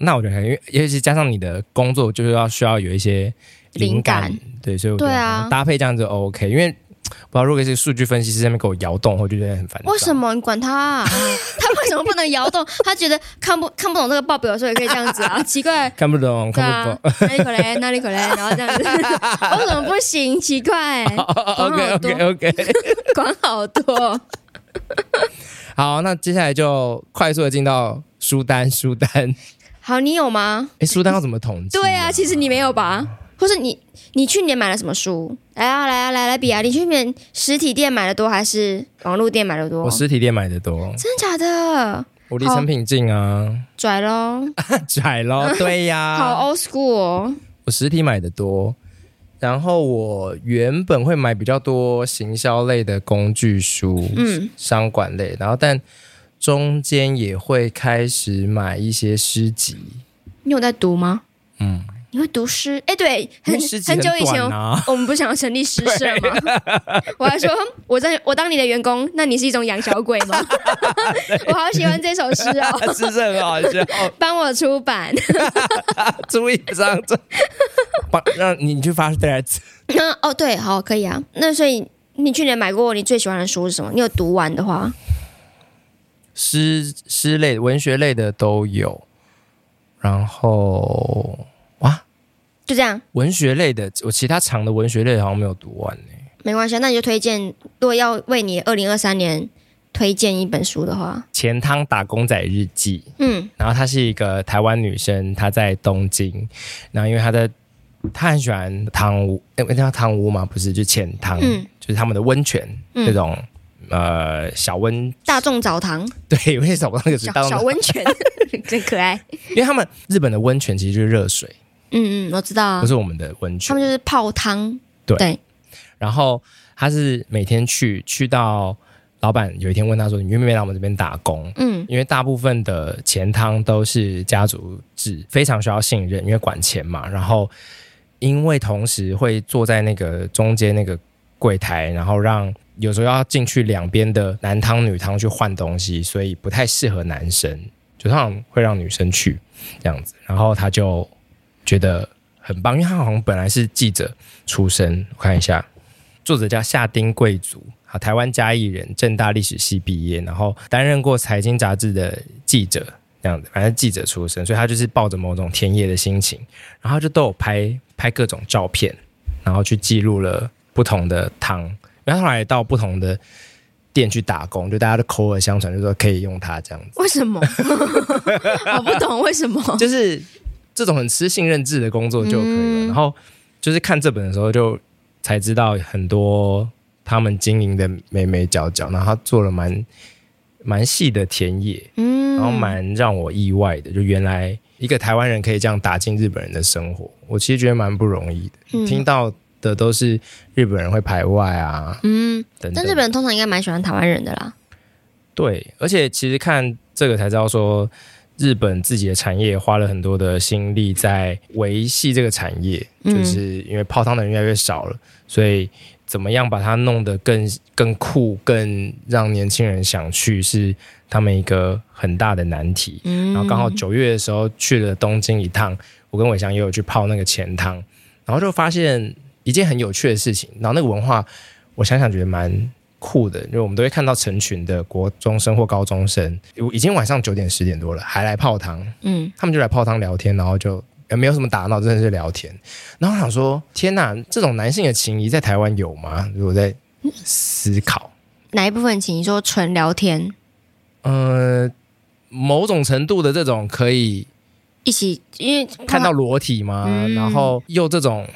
Speaker 1: 那我觉得很，因为尤其是加上你的工作，就是要需要有一些灵感，
Speaker 2: 灵
Speaker 1: 对，所以我觉得
Speaker 2: 对啊
Speaker 1: 好像搭配这样子 OK。因为不知道如果是数据分析师在那边给我摇动，我就觉得很烦躁。
Speaker 2: 为什么你管他、啊？他为什么不能摇动？他觉得看不看不懂这个报表的时候也可以这样子啊？奇怪，
Speaker 1: 看不懂？
Speaker 2: 对
Speaker 1: 看不
Speaker 2: 啊
Speaker 1: 懂，
Speaker 2: 哪里可来哪里可来，然后这样子，哦为什么不行？奇怪，
Speaker 1: ？OK
Speaker 2: 啊哎好多
Speaker 1: OK OK。
Speaker 2: 管好多。
Speaker 1: 好，那接下来就快速的进到书单，书单，
Speaker 2: 好，你有吗？
Speaker 1: 哎，书单要怎么统计？
Speaker 2: 对啊，其实你没有吧？或是你你去年买了什么书？来啊来啊来来比啊！你去年实体店买的多还是网络店买的多
Speaker 1: 我？实体店买的多，
Speaker 2: 真的假的？
Speaker 1: 我离成品近啊，
Speaker 2: 拽咯，
Speaker 1: 拽咯，对呀、
Speaker 2: 好 old school 哦。
Speaker 1: 我实体买的多，然后我原本会买比较多行销类的工具书，
Speaker 2: 嗯，
Speaker 1: 商管类，然后但中间也会开始买一些诗集，
Speaker 2: 你有在读吗？
Speaker 1: 嗯，
Speaker 2: 你会读诗？哎，对，
Speaker 1: 因
Speaker 2: 很
Speaker 1: 为诗集
Speaker 2: 久以前
Speaker 1: 短啊，
Speaker 2: 我们不想要成立诗社 吗？我还说，我在我当你的员工，那你是一种养小鬼 吗？ 我好喜欢这首诗哦，
Speaker 1: 诗社很好笑，
Speaker 2: 帮我出版。
Speaker 1: 注意张 这，帮让你去发 stats，
Speaker 2: 那哦，对，好，可以啊。那所以你去年买过你最喜欢的书是什么？你有读完的话，
Speaker 1: 诗诗类、文学类的都有，然后哇，
Speaker 2: 就这样
Speaker 1: 文学类的我其他长的文学类好像没有读完呢、
Speaker 2: 没关系啊。那你就推荐，如果要为你二零二三年推荐一本书的话，
Speaker 1: 钱汤打工仔日记》，
Speaker 2: 嗯，
Speaker 1: 然后她是一个台湾女生，她在东京，然后因为她在她很喜欢汤屋，哎、那叫汤屋吗？不是，就浅汤，
Speaker 2: 嗯
Speaker 1: 就是他们的温泉、
Speaker 2: 嗯
Speaker 1: 那种呃小温，
Speaker 2: 大众澡堂
Speaker 1: 对，有些找不到那个是
Speaker 2: 小
Speaker 1: 当，
Speaker 2: 小温泉， 真可爱。
Speaker 1: 因为他们日本的温泉其实就是热水，
Speaker 2: 嗯嗯，我知道啊
Speaker 1: 不，是我们的温
Speaker 2: 他
Speaker 1: 泉
Speaker 2: 们。就是泡汤。
Speaker 1: 对
Speaker 2: 对，
Speaker 1: 然后她是每天去去到老板有一天问他说：“你愿不愿意来我们这边打工？”
Speaker 2: 嗯
Speaker 1: 因为大部分的钱汤都是家族制，非常需要信任，因为管钱嘛。然后因为同时会坐在那个中间那个柜台，然后让有时候要进去两边的男汤女汤去换东西，所以不太适合男生，就通常会让女生去这样子。然后他就觉得很棒，因为他好像本来是记者出身，我看一下，作者叫夏丁贵族，好，台湾嘉义人，正大历史系毕业，然后担任过财经杂志的记者，这样子，反正记者出身，所以他就是抱着某种田野的心情，然后就都有拍拍各种照片，然后去记录了不同的汤，然后后来到不同的店去打工，就大家都口耳相传，就说可以用它这样子。
Speaker 2: 为什 么？我不懂为什么。
Speaker 1: 就是这种很吃信任制的工作就可以了。
Speaker 2: 嗯
Speaker 1: 然后就是看这本的时候，就才知道很多他们经营的美美角角，然后他做了蛮蛮细的田野，
Speaker 2: 嗯，
Speaker 1: 然后蛮让我意外的，就原来一个台湾人可以这样打进日本人的生活，我其实觉得蛮不容易的。
Speaker 2: 嗯
Speaker 1: 听到的都是日本人会排外啊，
Speaker 2: 嗯，
Speaker 1: 等
Speaker 2: 但
Speaker 1: 等
Speaker 2: 日本人通常应该蛮喜欢台湾人的啦。
Speaker 1: 对，而且其实看这个才知道说，日本自己的产业花了很多的心力在维系这个产业，
Speaker 2: 嗯
Speaker 1: 就是因为泡汤的人越来越少了，所以怎么样把它弄得更更酷，更让年轻人想去，是他们一个很大的难题。
Speaker 2: 嗯，
Speaker 1: 然后刚好九月的时候去了东京一趟，我跟伟翔也有去泡那个钱汤，然后就发现一件很有趣的事情。然后那个文化，我想想觉得蛮酷的，因为我们都会看到成群的国中生或高中生，已经晚上九点十点多了，还来泡汤，
Speaker 2: 嗯
Speaker 1: 他们就来泡汤聊天，然后就。也没有什么打闹，真的是聊天。然后我想说，天哪，这种男性的情谊在台湾有吗？我在思考。
Speaker 2: 哪一部分请你说纯聊天，
Speaker 1: 呃，某种程度的这种可以
Speaker 2: 一起因为
Speaker 1: 看到裸体吗？
Speaker 2: 哎嗯
Speaker 1: 然后又这种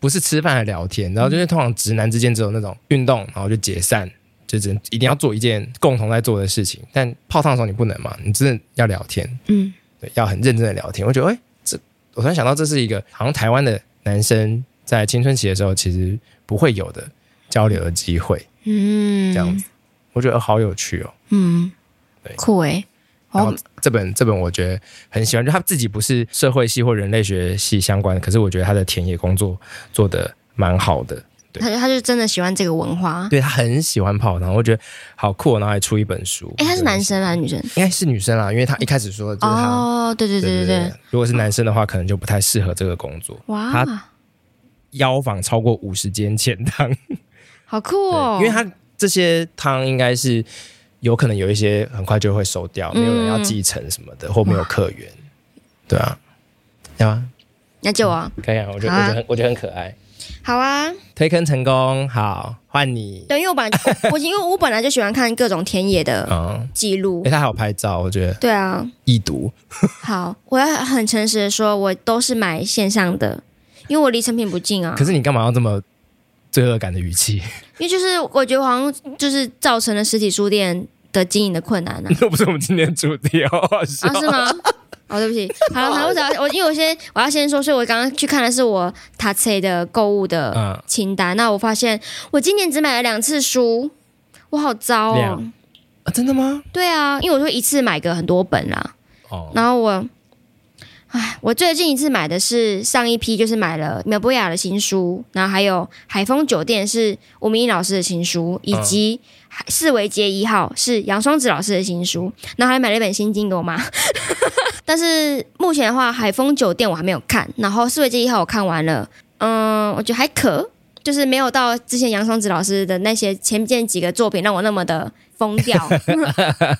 Speaker 1: 不是吃饭还聊天，然后就是通常直男之间只有那种运动，然后就解散，就只能一定要做一件共同在做的事情。但泡汤的时候你不能嘛，你真的要聊天，
Speaker 2: 嗯
Speaker 1: 对，要很认真的聊天。我觉得，哎、这我突然想到，这是一个好像台湾的男生在青春期的时候其实不会有的交流的机会，
Speaker 2: 嗯
Speaker 1: 这样子，我觉得、呃好有趣哦。
Speaker 2: 嗯
Speaker 1: 对
Speaker 2: 酷诶、
Speaker 1: 然后
Speaker 2: 哦
Speaker 1: 这本这本我觉得很喜欢，就他自己不是社会系或人类学系相关的，可是我觉得他的田野工作做的蛮好的，对
Speaker 2: 他就他就真的喜欢这个文化。
Speaker 1: 对他很喜欢泡汤，我觉得好酷、哦，然后还出一本书。
Speaker 2: 哎、他是男生还是女生？
Speaker 1: 应该是女生啦，因为他一开始说的就是他。
Speaker 2: 哦，对对对对对，
Speaker 1: 如果是男生的话，可能就不太适合这个工作。
Speaker 2: 哇，
Speaker 1: 邀访超过五十间钱汤，
Speaker 2: 好酷哦！
Speaker 1: 因为他这些汤应该是有可能有一些很快就会收掉，没有人要
Speaker 2: 嗯
Speaker 1: 继承什么的，或没有客源。对啊，要啊，
Speaker 2: 那就啊，
Speaker 1: 可以啊，我觉得、
Speaker 2: 好
Speaker 1: 我
Speaker 2: 啊
Speaker 1: 觉得很我觉得很可爱。
Speaker 2: 好啊，
Speaker 1: 推坑成功，好，换你。
Speaker 2: 对，因为我本来我 我因为我本来就喜欢看各种田野的
Speaker 1: 嗯，
Speaker 2: 记录
Speaker 1: 哎、，他还有拍照，我觉得
Speaker 2: 对啊，
Speaker 1: 易读。
Speaker 2: 好，我要很诚实的说，我都是买线上的，因为我离成品不近啊。
Speaker 1: 可是你干嘛要这么罪恶感的语气？。
Speaker 2: 因为就是我觉得好像就是造成了实体书店的经营的困难啊
Speaker 1: 那不是我们今天主题，好好笑
Speaker 2: 啊，。是吗？哦，对不起，好了，好了，我只要我因为我先我要先说，所以我刚刚去看的是我 t a t 的购物的
Speaker 1: 嗯，
Speaker 2: 清单，那我发现我今年只买了两次书，我好糟哦
Speaker 1: 两。啊，真的吗？
Speaker 2: 对啊，因为我说一次买个很多本啊啦，
Speaker 1: 哦，
Speaker 2: 然后我，唉，我最近一次买的是上一批，就是买了苗博雅的新书，然后还有海丰酒店是吴明义老师的新书，以及海四维街一号是杨双子老师的新书，然后还买了一本新经给我妈。 但是目前的话，海丰酒店我还没有看，然后四维街一号我看完了，嗯，我觉得还可。就是没有到之前杨双子老师的那些前面几个作品让我那么的疯掉，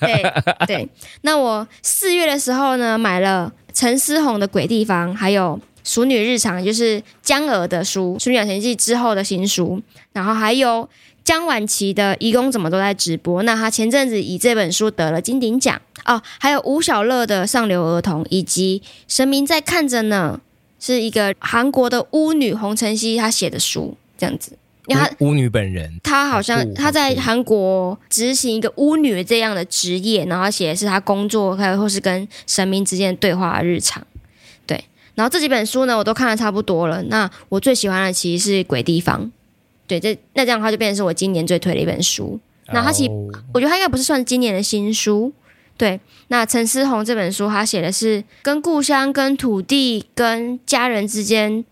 Speaker 2: 对对，那我四月的时候呢，买了陈思宏的《鬼地方》，还有《熟女日常》，就是江娥的书，《熟女养成记》之后的新书，然后还有江晚琪的《义工怎么都在直播》。那他前阵子以这本书得了金鼎奖哦，还有吴小乐的《上流儿童》，以及《神明在看着呢》，是一个韩国的巫女洪晨曦她写的书， 这样子。因为她
Speaker 1: 巫巫女本人，
Speaker 2: 她好
Speaker 1: 哦好
Speaker 2: 像
Speaker 1: 酷
Speaker 2: 她在
Speaker 1: 好酷
Speaker 2: 韩国执行一个巫女这样的职业，然后她写的是她工作还有或是跟神明之间的对话的日常。对，然后这几本书呢，我都看的差不多了。那我最喜欢的其实是《鬼地方》，对，这那这样的话就变成是我今年最推的一本书。然后它其实
Speaker 1: 哦
Speaker 2: 我觉得它应该不是算今年的新书。对，那陈思宏这本书，他写的是跟故乡、跟土地、跟家人之间，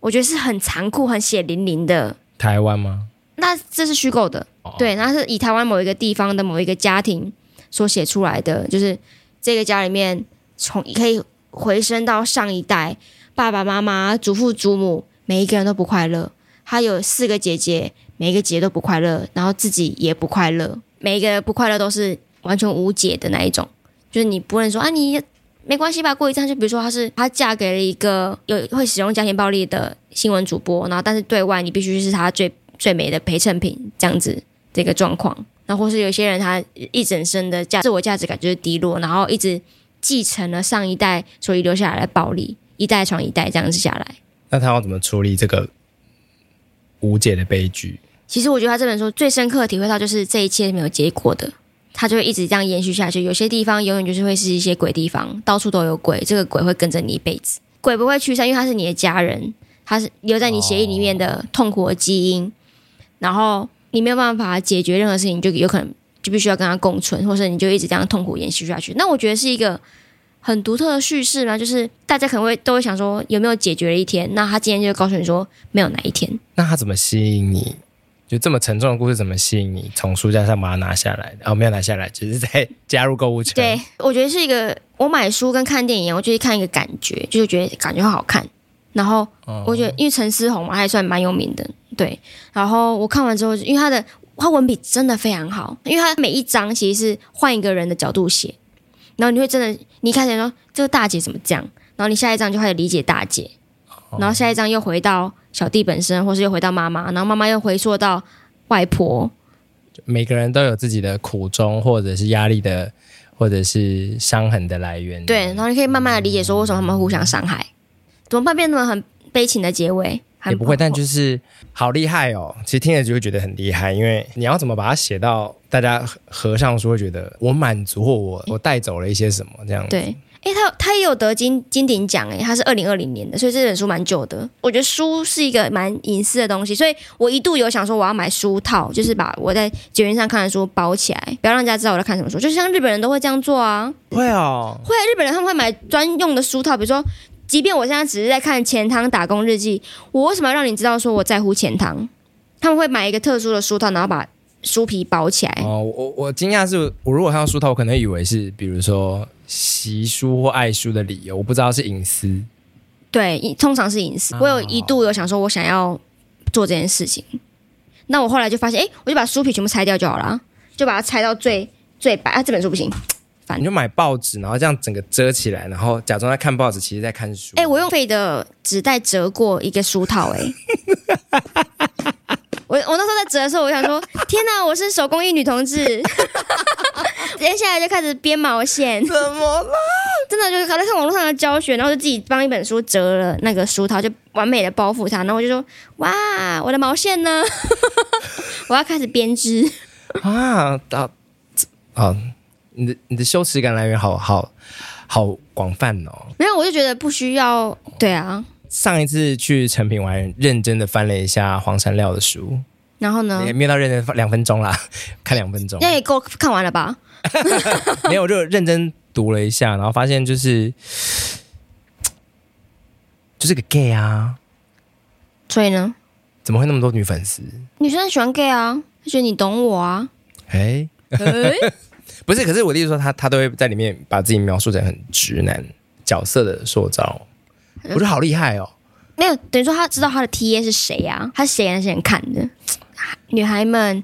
Speaker 2: 我觉得是很残酷、很血淋淋的。
Speaker 1: 台湾吗？
Speaker 2: 那这是虚构的，
Speaker 1: 哦
Speaker 2: 对，那是以台湾某一个地方的某一个家庭所写出来的，就是这个家里面从可以回升到上一代，爸爸妈妈、祖父祖母，每一个人都不快乐。他有四个姐姐，每一个姐姐都不快乐，然后自己也不快乐，每一个不快乐都是完全无解的那一种，就是你不能说啊你。没关系吧，过一阵就比如说，她是她嫁给了一个有会使用家庭暴力的新闻主播，然后但是对外你必须是她最最美的陪衬品这样子，这个状况。那或是有些人他一整生的价自我价值感就是低落，然后一直继承了上一代所遗留下来的暴力，一代传一代这样子下来。
Speaker 1: 那他要怎么处理这个无解的悲剧？
Speaker 2: 其实我觉得他这本书最深刻的体会到就是这一切是没有结果的，他就会一直这样延续下去。有些地方永远就是会是一些鬼地方，到处都有鬼，这个鬼会跟着你一辈子。鬼不会驱散，因为他是你的家人，他是留在你血液里面的痛苦的基因。然后你没有办法解决任何事情，你就有可能就必须要跟他共存，或是你就一直这样痛苦延续下去。那我觉得是一个很独特的叙事嘛，就是大家可能会都会想说有没有解决的一天？那他今天就告诉你说没有哪一天。
Speaker 1: 那他怎么吸引你？就这么沉重的故事怎么吸引你从书架上把它拿下来？哦，没有拿下来，只是在加入购物车。
Speaker 2: 对，我觉得是一个，我买书跟看电影一样，我就是看一个感觉，就是觉得感觉好看。然后
Speaker 1: 哦，
Speaker 2: 我觉得，因为陈思宏嘛，他也算蛮有名的，对。然后我看完之后，因为他的他文笔真的非常好，因为他每一章其实是换一个人的角度写，然后你会真的，你一开始说这个大姐怎么这样，然后你下一章就开始理解大姐，然后下一章又回到小弟本身，或是又回到妈妈，然后妈妈又回溯到外婆，
Speaker 1: 每个人都有自己的苦衷，或者是压力的，或者是伤痕的来源。
Speaker 2: 对，然后你可以慢慢的理解说为什么他们互相伤害，怎么办变成很悲情的结尾？很
Speaker 1: 也不会，但就是好厉害哦。其实听了就会觉得很厉害，因为你要怎么把它写到大家合合上说，会觉得我满足或我我带走了一些什么这样子。
Speaker 2: 哦对。诶，他他也有得金金鼎奖诶，他是二零二零年的，所以这本书蛮久的。我觉得书是一个蛮隐私的东西，所以我一度有想说我要买书套，就是把我在捷运上看的书包起来，不要让人家知道我在看什么书。就像日本人都会这样做啊，
Speaker 1: 会哦，
Speaker 2: 会啊日本人他们会买专用的书套，比如说，即便我现在只是在看《钱汤打工日记》，我为什么要让你知道说我在乎钱汤？他们会买一个特殊的书套，然后把书皮包起来。
Speaker 1: 哦，我我我惊讶是，我如果看到书头，我可能以为是比如说习书或爱书的理由，我不知道是隐私。
Speaker 2: 对，一通常是隐私。我有一度有想说，我想要做这件事情，那我后来就发现，诶，我就把书皮全部拆掉就好了啊，就把它拆到最最白。啊，这本书不行。
Speaker 1: 你就买报纸，然后这样整个遮起来，然后假装在看报纸，其实在看书。
Speaker 2: 哎、我用废的纸袋折过一个书套、欸， 我我那时候在折的时候，我想说，天哪，我是手工艺女同志。 接下来就开始编毛线，
Speaker 1: 怎么了？
Speaker 2: 真的就是在看网络上的教学，然后就自己帮一本书折了那个书套，就完美的包覆它。然后我就说，哇，我的毛线呢？ 我要开始编织。
Speaker 1: 啊啊啊！你的你的羞耻感来源好好好广泛哦。
Speaker 2: 没有，我就觉得不需要。对啊，
Speaker 1: 上一次去成品玩，认真的翻了一下黄山料的书，
Speaker 2: 然后呢
Speaker 1: 也？没有到认真翻两分钟啦，看两分钟
Speaker 2: 嗯那，也够看完了吧？
Speaker 1: 没有我就认真读了一下，然后发现就是就是个 gay 啊，
Speaker 2: 所以呢，
Speaker 1: 怎么会那么多女粉丝？
Speaker 2: 女生喜欢 gay 啊，就觉得你懂我啊。
Speaker 1: 哎、
Speaker 2: 诶
Speaker 1: 不是，可是我的意思说他，他都会在里面把自己描述成很直男角色的塑造，我觉得好厉害哦。
Speaker 2: 没有，等于说他知道他的 T A 是谁啊？他是谁给那些人看的？女孩们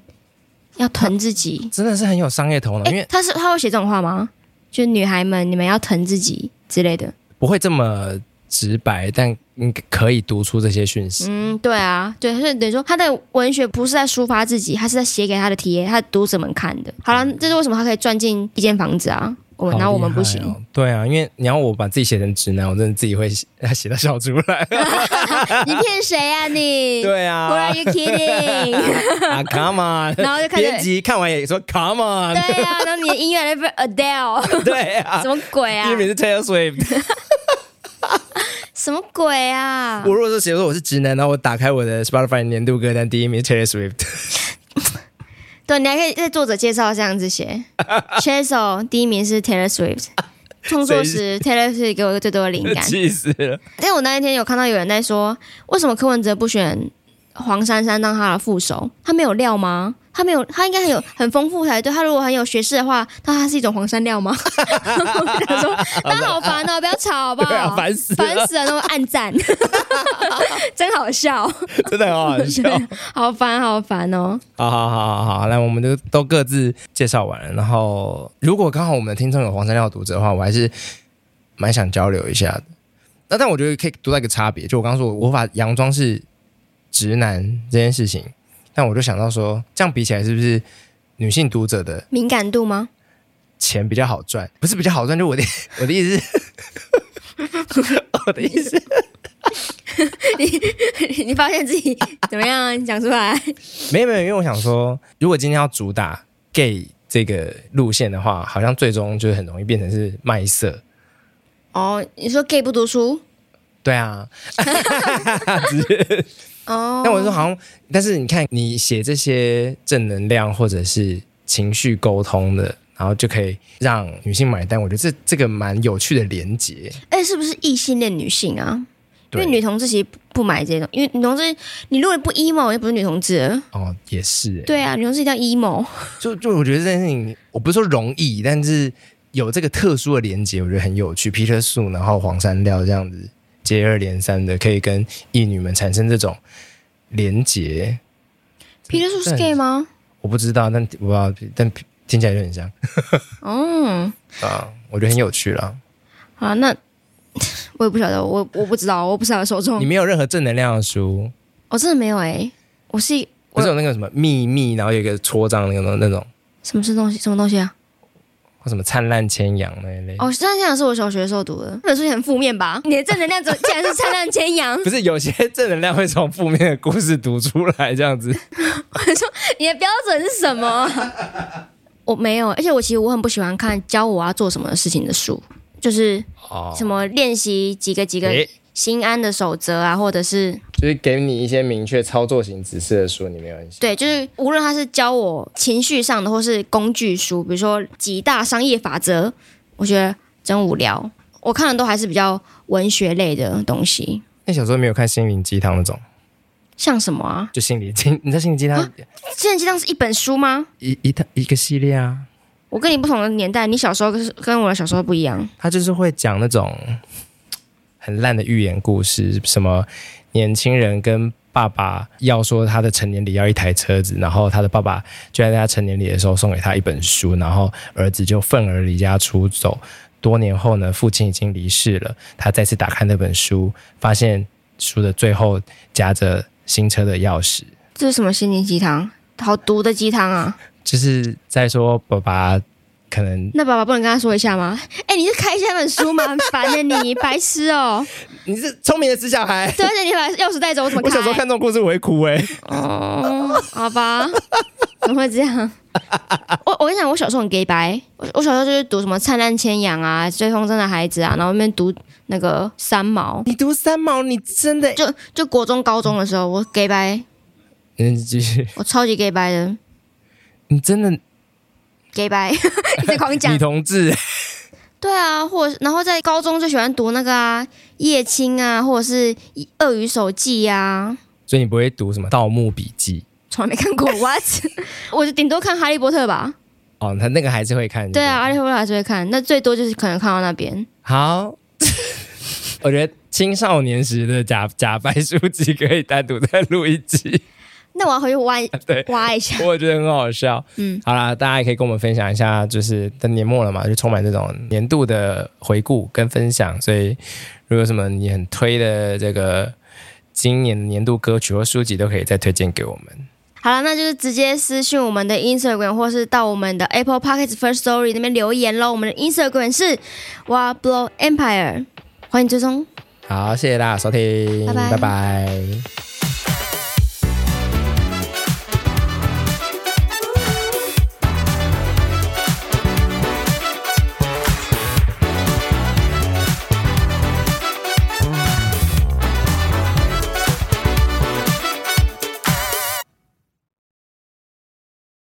Speaker 2: 要疼自己。
Speaker 1: 真的是很有商业头脑，
Speaker 2: 哎、
Speaker 1: 因为
Speaker 2: 他是他会写这种话吗？就女孩们，你们要疼自己之类的。
Speaker 1: 不会这么直白，但你可以读出这些讯息。
Speaker 2: 嗯，对啊，对，所以等于说他的文学不是在抒发自己，他是在写给他的 T A，他的读者们看的。好了，这是为什么他可以赚进一间房子啊？我
Speaker 1: 嗯
Speaker 2: 们，
Speaker 1: 好
Speaker 2: 然后我们不
Speaker 1: 厉害
Speaker 2: 行。
Speaker 1: 哦对啊，因为你要我把自己写成直男，我真的自己会写写到笑出来。
Speaker 2: 你骗谁啊你？
Speaker 1: 对
Speaker 2: w h a
Speaker 1: 啊
Speaker 2: t are you kidding？
Speaker 1: 啊，Come on！
Speaker 2: 然后就开
Speaker 1: 编
Speaker 2: 始。
Speaker 1: 辑看完也说 Come on！
Speaker 2: 对啊，然后你的音乐那边 Adele，
Speaker 1: 对啊
Speaker 2: 什，么鬼啊
Speaker 1: 因为？你是 Taylor Swift。
Speaker 2: 什么鬼啊？
Speaker 1: 我如果说写说我是直男，然后我打开我的 Spotify 年度歌单，第一名是 Taylor Swift。
Speaker 2: 对，你还可以在作者介绍这样 子写 c h a s e 第一名是 Taylor Swift，创作时 Taylor Swift 给我最多的灵感。
Speaker 1: 气死了！
Speaker 2: 但我那一天有看到有人在说，为什么柯文哲不选黄珊珊当他的副手？他没有料吗？他没有，他应该很有很丰富才对。他如果很有学识的话，那他是一种黄山料吗？ 我想说，大家好烦哦，不要吵好不
Speaker 1: 对啊，
Speaker 2: 好？
Speaker 1: 烦死
Speaker 2: 烦
Speaker 1: 了，
Speaker 2: 死了，那么暗赞， 真好笑，
Speaker 1: 真的很好笑。
Speaker 2: 好烦好烦哦。
Speaker 1: 好好好好好，那我们就都各自介绍完了。然后，如果刚好我们的听众有黄山料读者的话，我还是蛮想交流一下的。那但我觉得可以读到一个差别，就我刚刚说，我无法佯装是直男这件事情，但我就想到说，这样比起来，是不是女性读者的
Speaker 2: 敏感度吗？
Speaker 1: 钱比较好赚？不是比较好赚，就我的 我的意思是，我的意思
Speaker 2: 你发现自己怎么样？你讲出来。
Speaker 1: 没有没有，因为我想说，如果今天要主打 gay 这个路线的话，好像最终就是很容易变成是卖色。
Speaker 2: 哦，你说 gay 不读书？
Speaker 1: 对啊，
Speaker 2: 哦，
Speaker 1: 但我说好像，但是你看，你写这些正能量或者是情绪沟通的，然后就可以让女性买单。我觉得这这个蛮有趣的连结。
Speaker 2: 哎、是不是异性恋女性啊？因
Speaker 1: 对
Speaker 2: 为女同志其实不不买这种，因为女同志你如果不 emo，也不是女同志了。
Speaker 1: 哦，也是、欸，
Speaker 2: 对啊，女同志一定要 emo。
Speaker 1: 就就我觉得这件事情，我不是说容易，但是有这个特殊的连接，我觉得很有趣。皮特素，然后黄山料这样子接二连三的，可以跟异女们产生这种连结。
Speaker 2: 皮特叔是
Speaker 1: 对
Speaker 2: gay 吗？
Speaker 1: 我不知道，但我不知道，但听起来就很像
Speaker 2: 哦，
Speaker 1: 啊，我觉得很有趣啦。
Speaker 2: 好啊，那 我也不晓得，我我不知道，我不是他的受众
Speaker 1: 你。没有任何正能量的书，
Speaker 2: 我真的没有哎、我是一
Speaker 1: 不是有那个什么秘密，然后有一个戳章那种那种，
Speaker 2: 什么是东西？什么东西啊？
Speaker 1: 或什么灿烂千阳那一类。
Speaker 2: 哦，灿烂千阳是我小学的时候读的，那本书也很负面吧？你的正能量怎么竟然是灿烂千阳？
Speaker 1: 不是有些正能量会从负面的故事读出来，这样子。
Speaker 2: 你的标准是什么啊？ 我没有，而且我其实我很不喜欢看教我要做什么事情的书，就是
Speaker 1: 哦，哎
Speaker 2: 什么练习几个几个
Speaker 1: 诶
Speaker 2: 心安的守则啊，或者是
Speaker 1: 就是给你一些明确操作型指示的书，你没有很喜欢。
Speaker 2: 对，就是无论他是教我情绪上的，或是工具书，比如说几大商业法则，我觉得真无聊。我看的都还是比较文学类的东西，
Speaker 1: 那小时候没有看心灵鸡汤那种，啊
Speaker 2: 像什么啊？
Speaker 1: 就心理鸡，你知道心灵鸡汤
Speaker 2: 现在鸡汤是一本书吗？
Speaker 1: 一一套一个系列啊，
Speaker 2: 我跟你不同的年代，你小时候跟跟我的小时候不一样。
Speaker 1: 它就是会讲那种很烂的寓言故事，什么年轻人跟爸爸要说他的成年礼要一台车子，然后他的爸爸就在他成年礼的时候送给他一本书，然后儿子就愤而离家出走。多年后呢，父亲已经离世了，他再次打开那本书，发现书的最后夹着新车的钥匙。
Speaker 2: 这是什么心灵鸡汤？好毒的鸡汤啊！
Speaker 1: 就是在说爸爸可 能
Speaker 2: 那爸爸不能跟他说一下吗？哎、你是开一下本书 吗？很烦的你，白痴 哦、
Speaker 1: 你是聪明的死小孩。
Speaker 2: 对，而且你把钥匙带走，我怎么
Speaker 1: 我小时候看这种故事我会哭哎、
Speaker 2: 哦，好吧，怎么会这 样？我我跟你讲，我小时候很 gay 白，我我小时候就是读什么《灿烂千阳》啊，《追风筝的孩子》啊，然后那边读那个三毛，
Speaker 1: 你读三毛，你真 的
Speaker 2: 就就国中高中的时候，我 gay 白，
Speaker 1: 嗯，继续，
Speaker 2: 我超级 gay 白的
Speaker 1: 你真的
Speaker 2: gay 白， 一直狂讲
Speaker 1: 女。同志，
Speaker 2: 对啊，或者是然后在高中就喜欢读那个啊叶青啊，或者是《鳄鱼手记》啊，
Speaker 1: 所以你不会读什么《盗墓笔记
Speaker 2: 从来没 看过 what，我就顶多看《哈利波特》吧。》
Speaker 1: 哦？他那个还是会看，
Speaker 2: 对啊，《
Speaker 1: 不
Speaker 2: 哈利波特》还是会看，那最多就是可能看到那边。
Speaker 1: 好， 我觉得青少年时的假假白书籍可以单独再录一集，
Speaker 2: 那我要回去挖
Speaker 1: 对
Speaker 2: 挖一下。
Speaker 1: 我觉得很好笑。
Speaker 2: 嗯，
Speaker 1: 好啦，大家也可以跟我们分享一下，就是在年末了嘛，就充满这种年度的回顾跟分享。所以，如果有什么你很推的这个今年年度歌曲或书籍，都可以再推荐给我们。
Speaker 2: 好了，那就是直接私讯我们的 Instagram，或是到我们的 Apple p o c k e t First Story 那边留言喽。我们的 Instagram 是 w Blow Empire，欢迎追踪。
Speaker 1: 好，谢谢大家收听，
Speaker 2: 拜拜
Speaker 1: 拜拜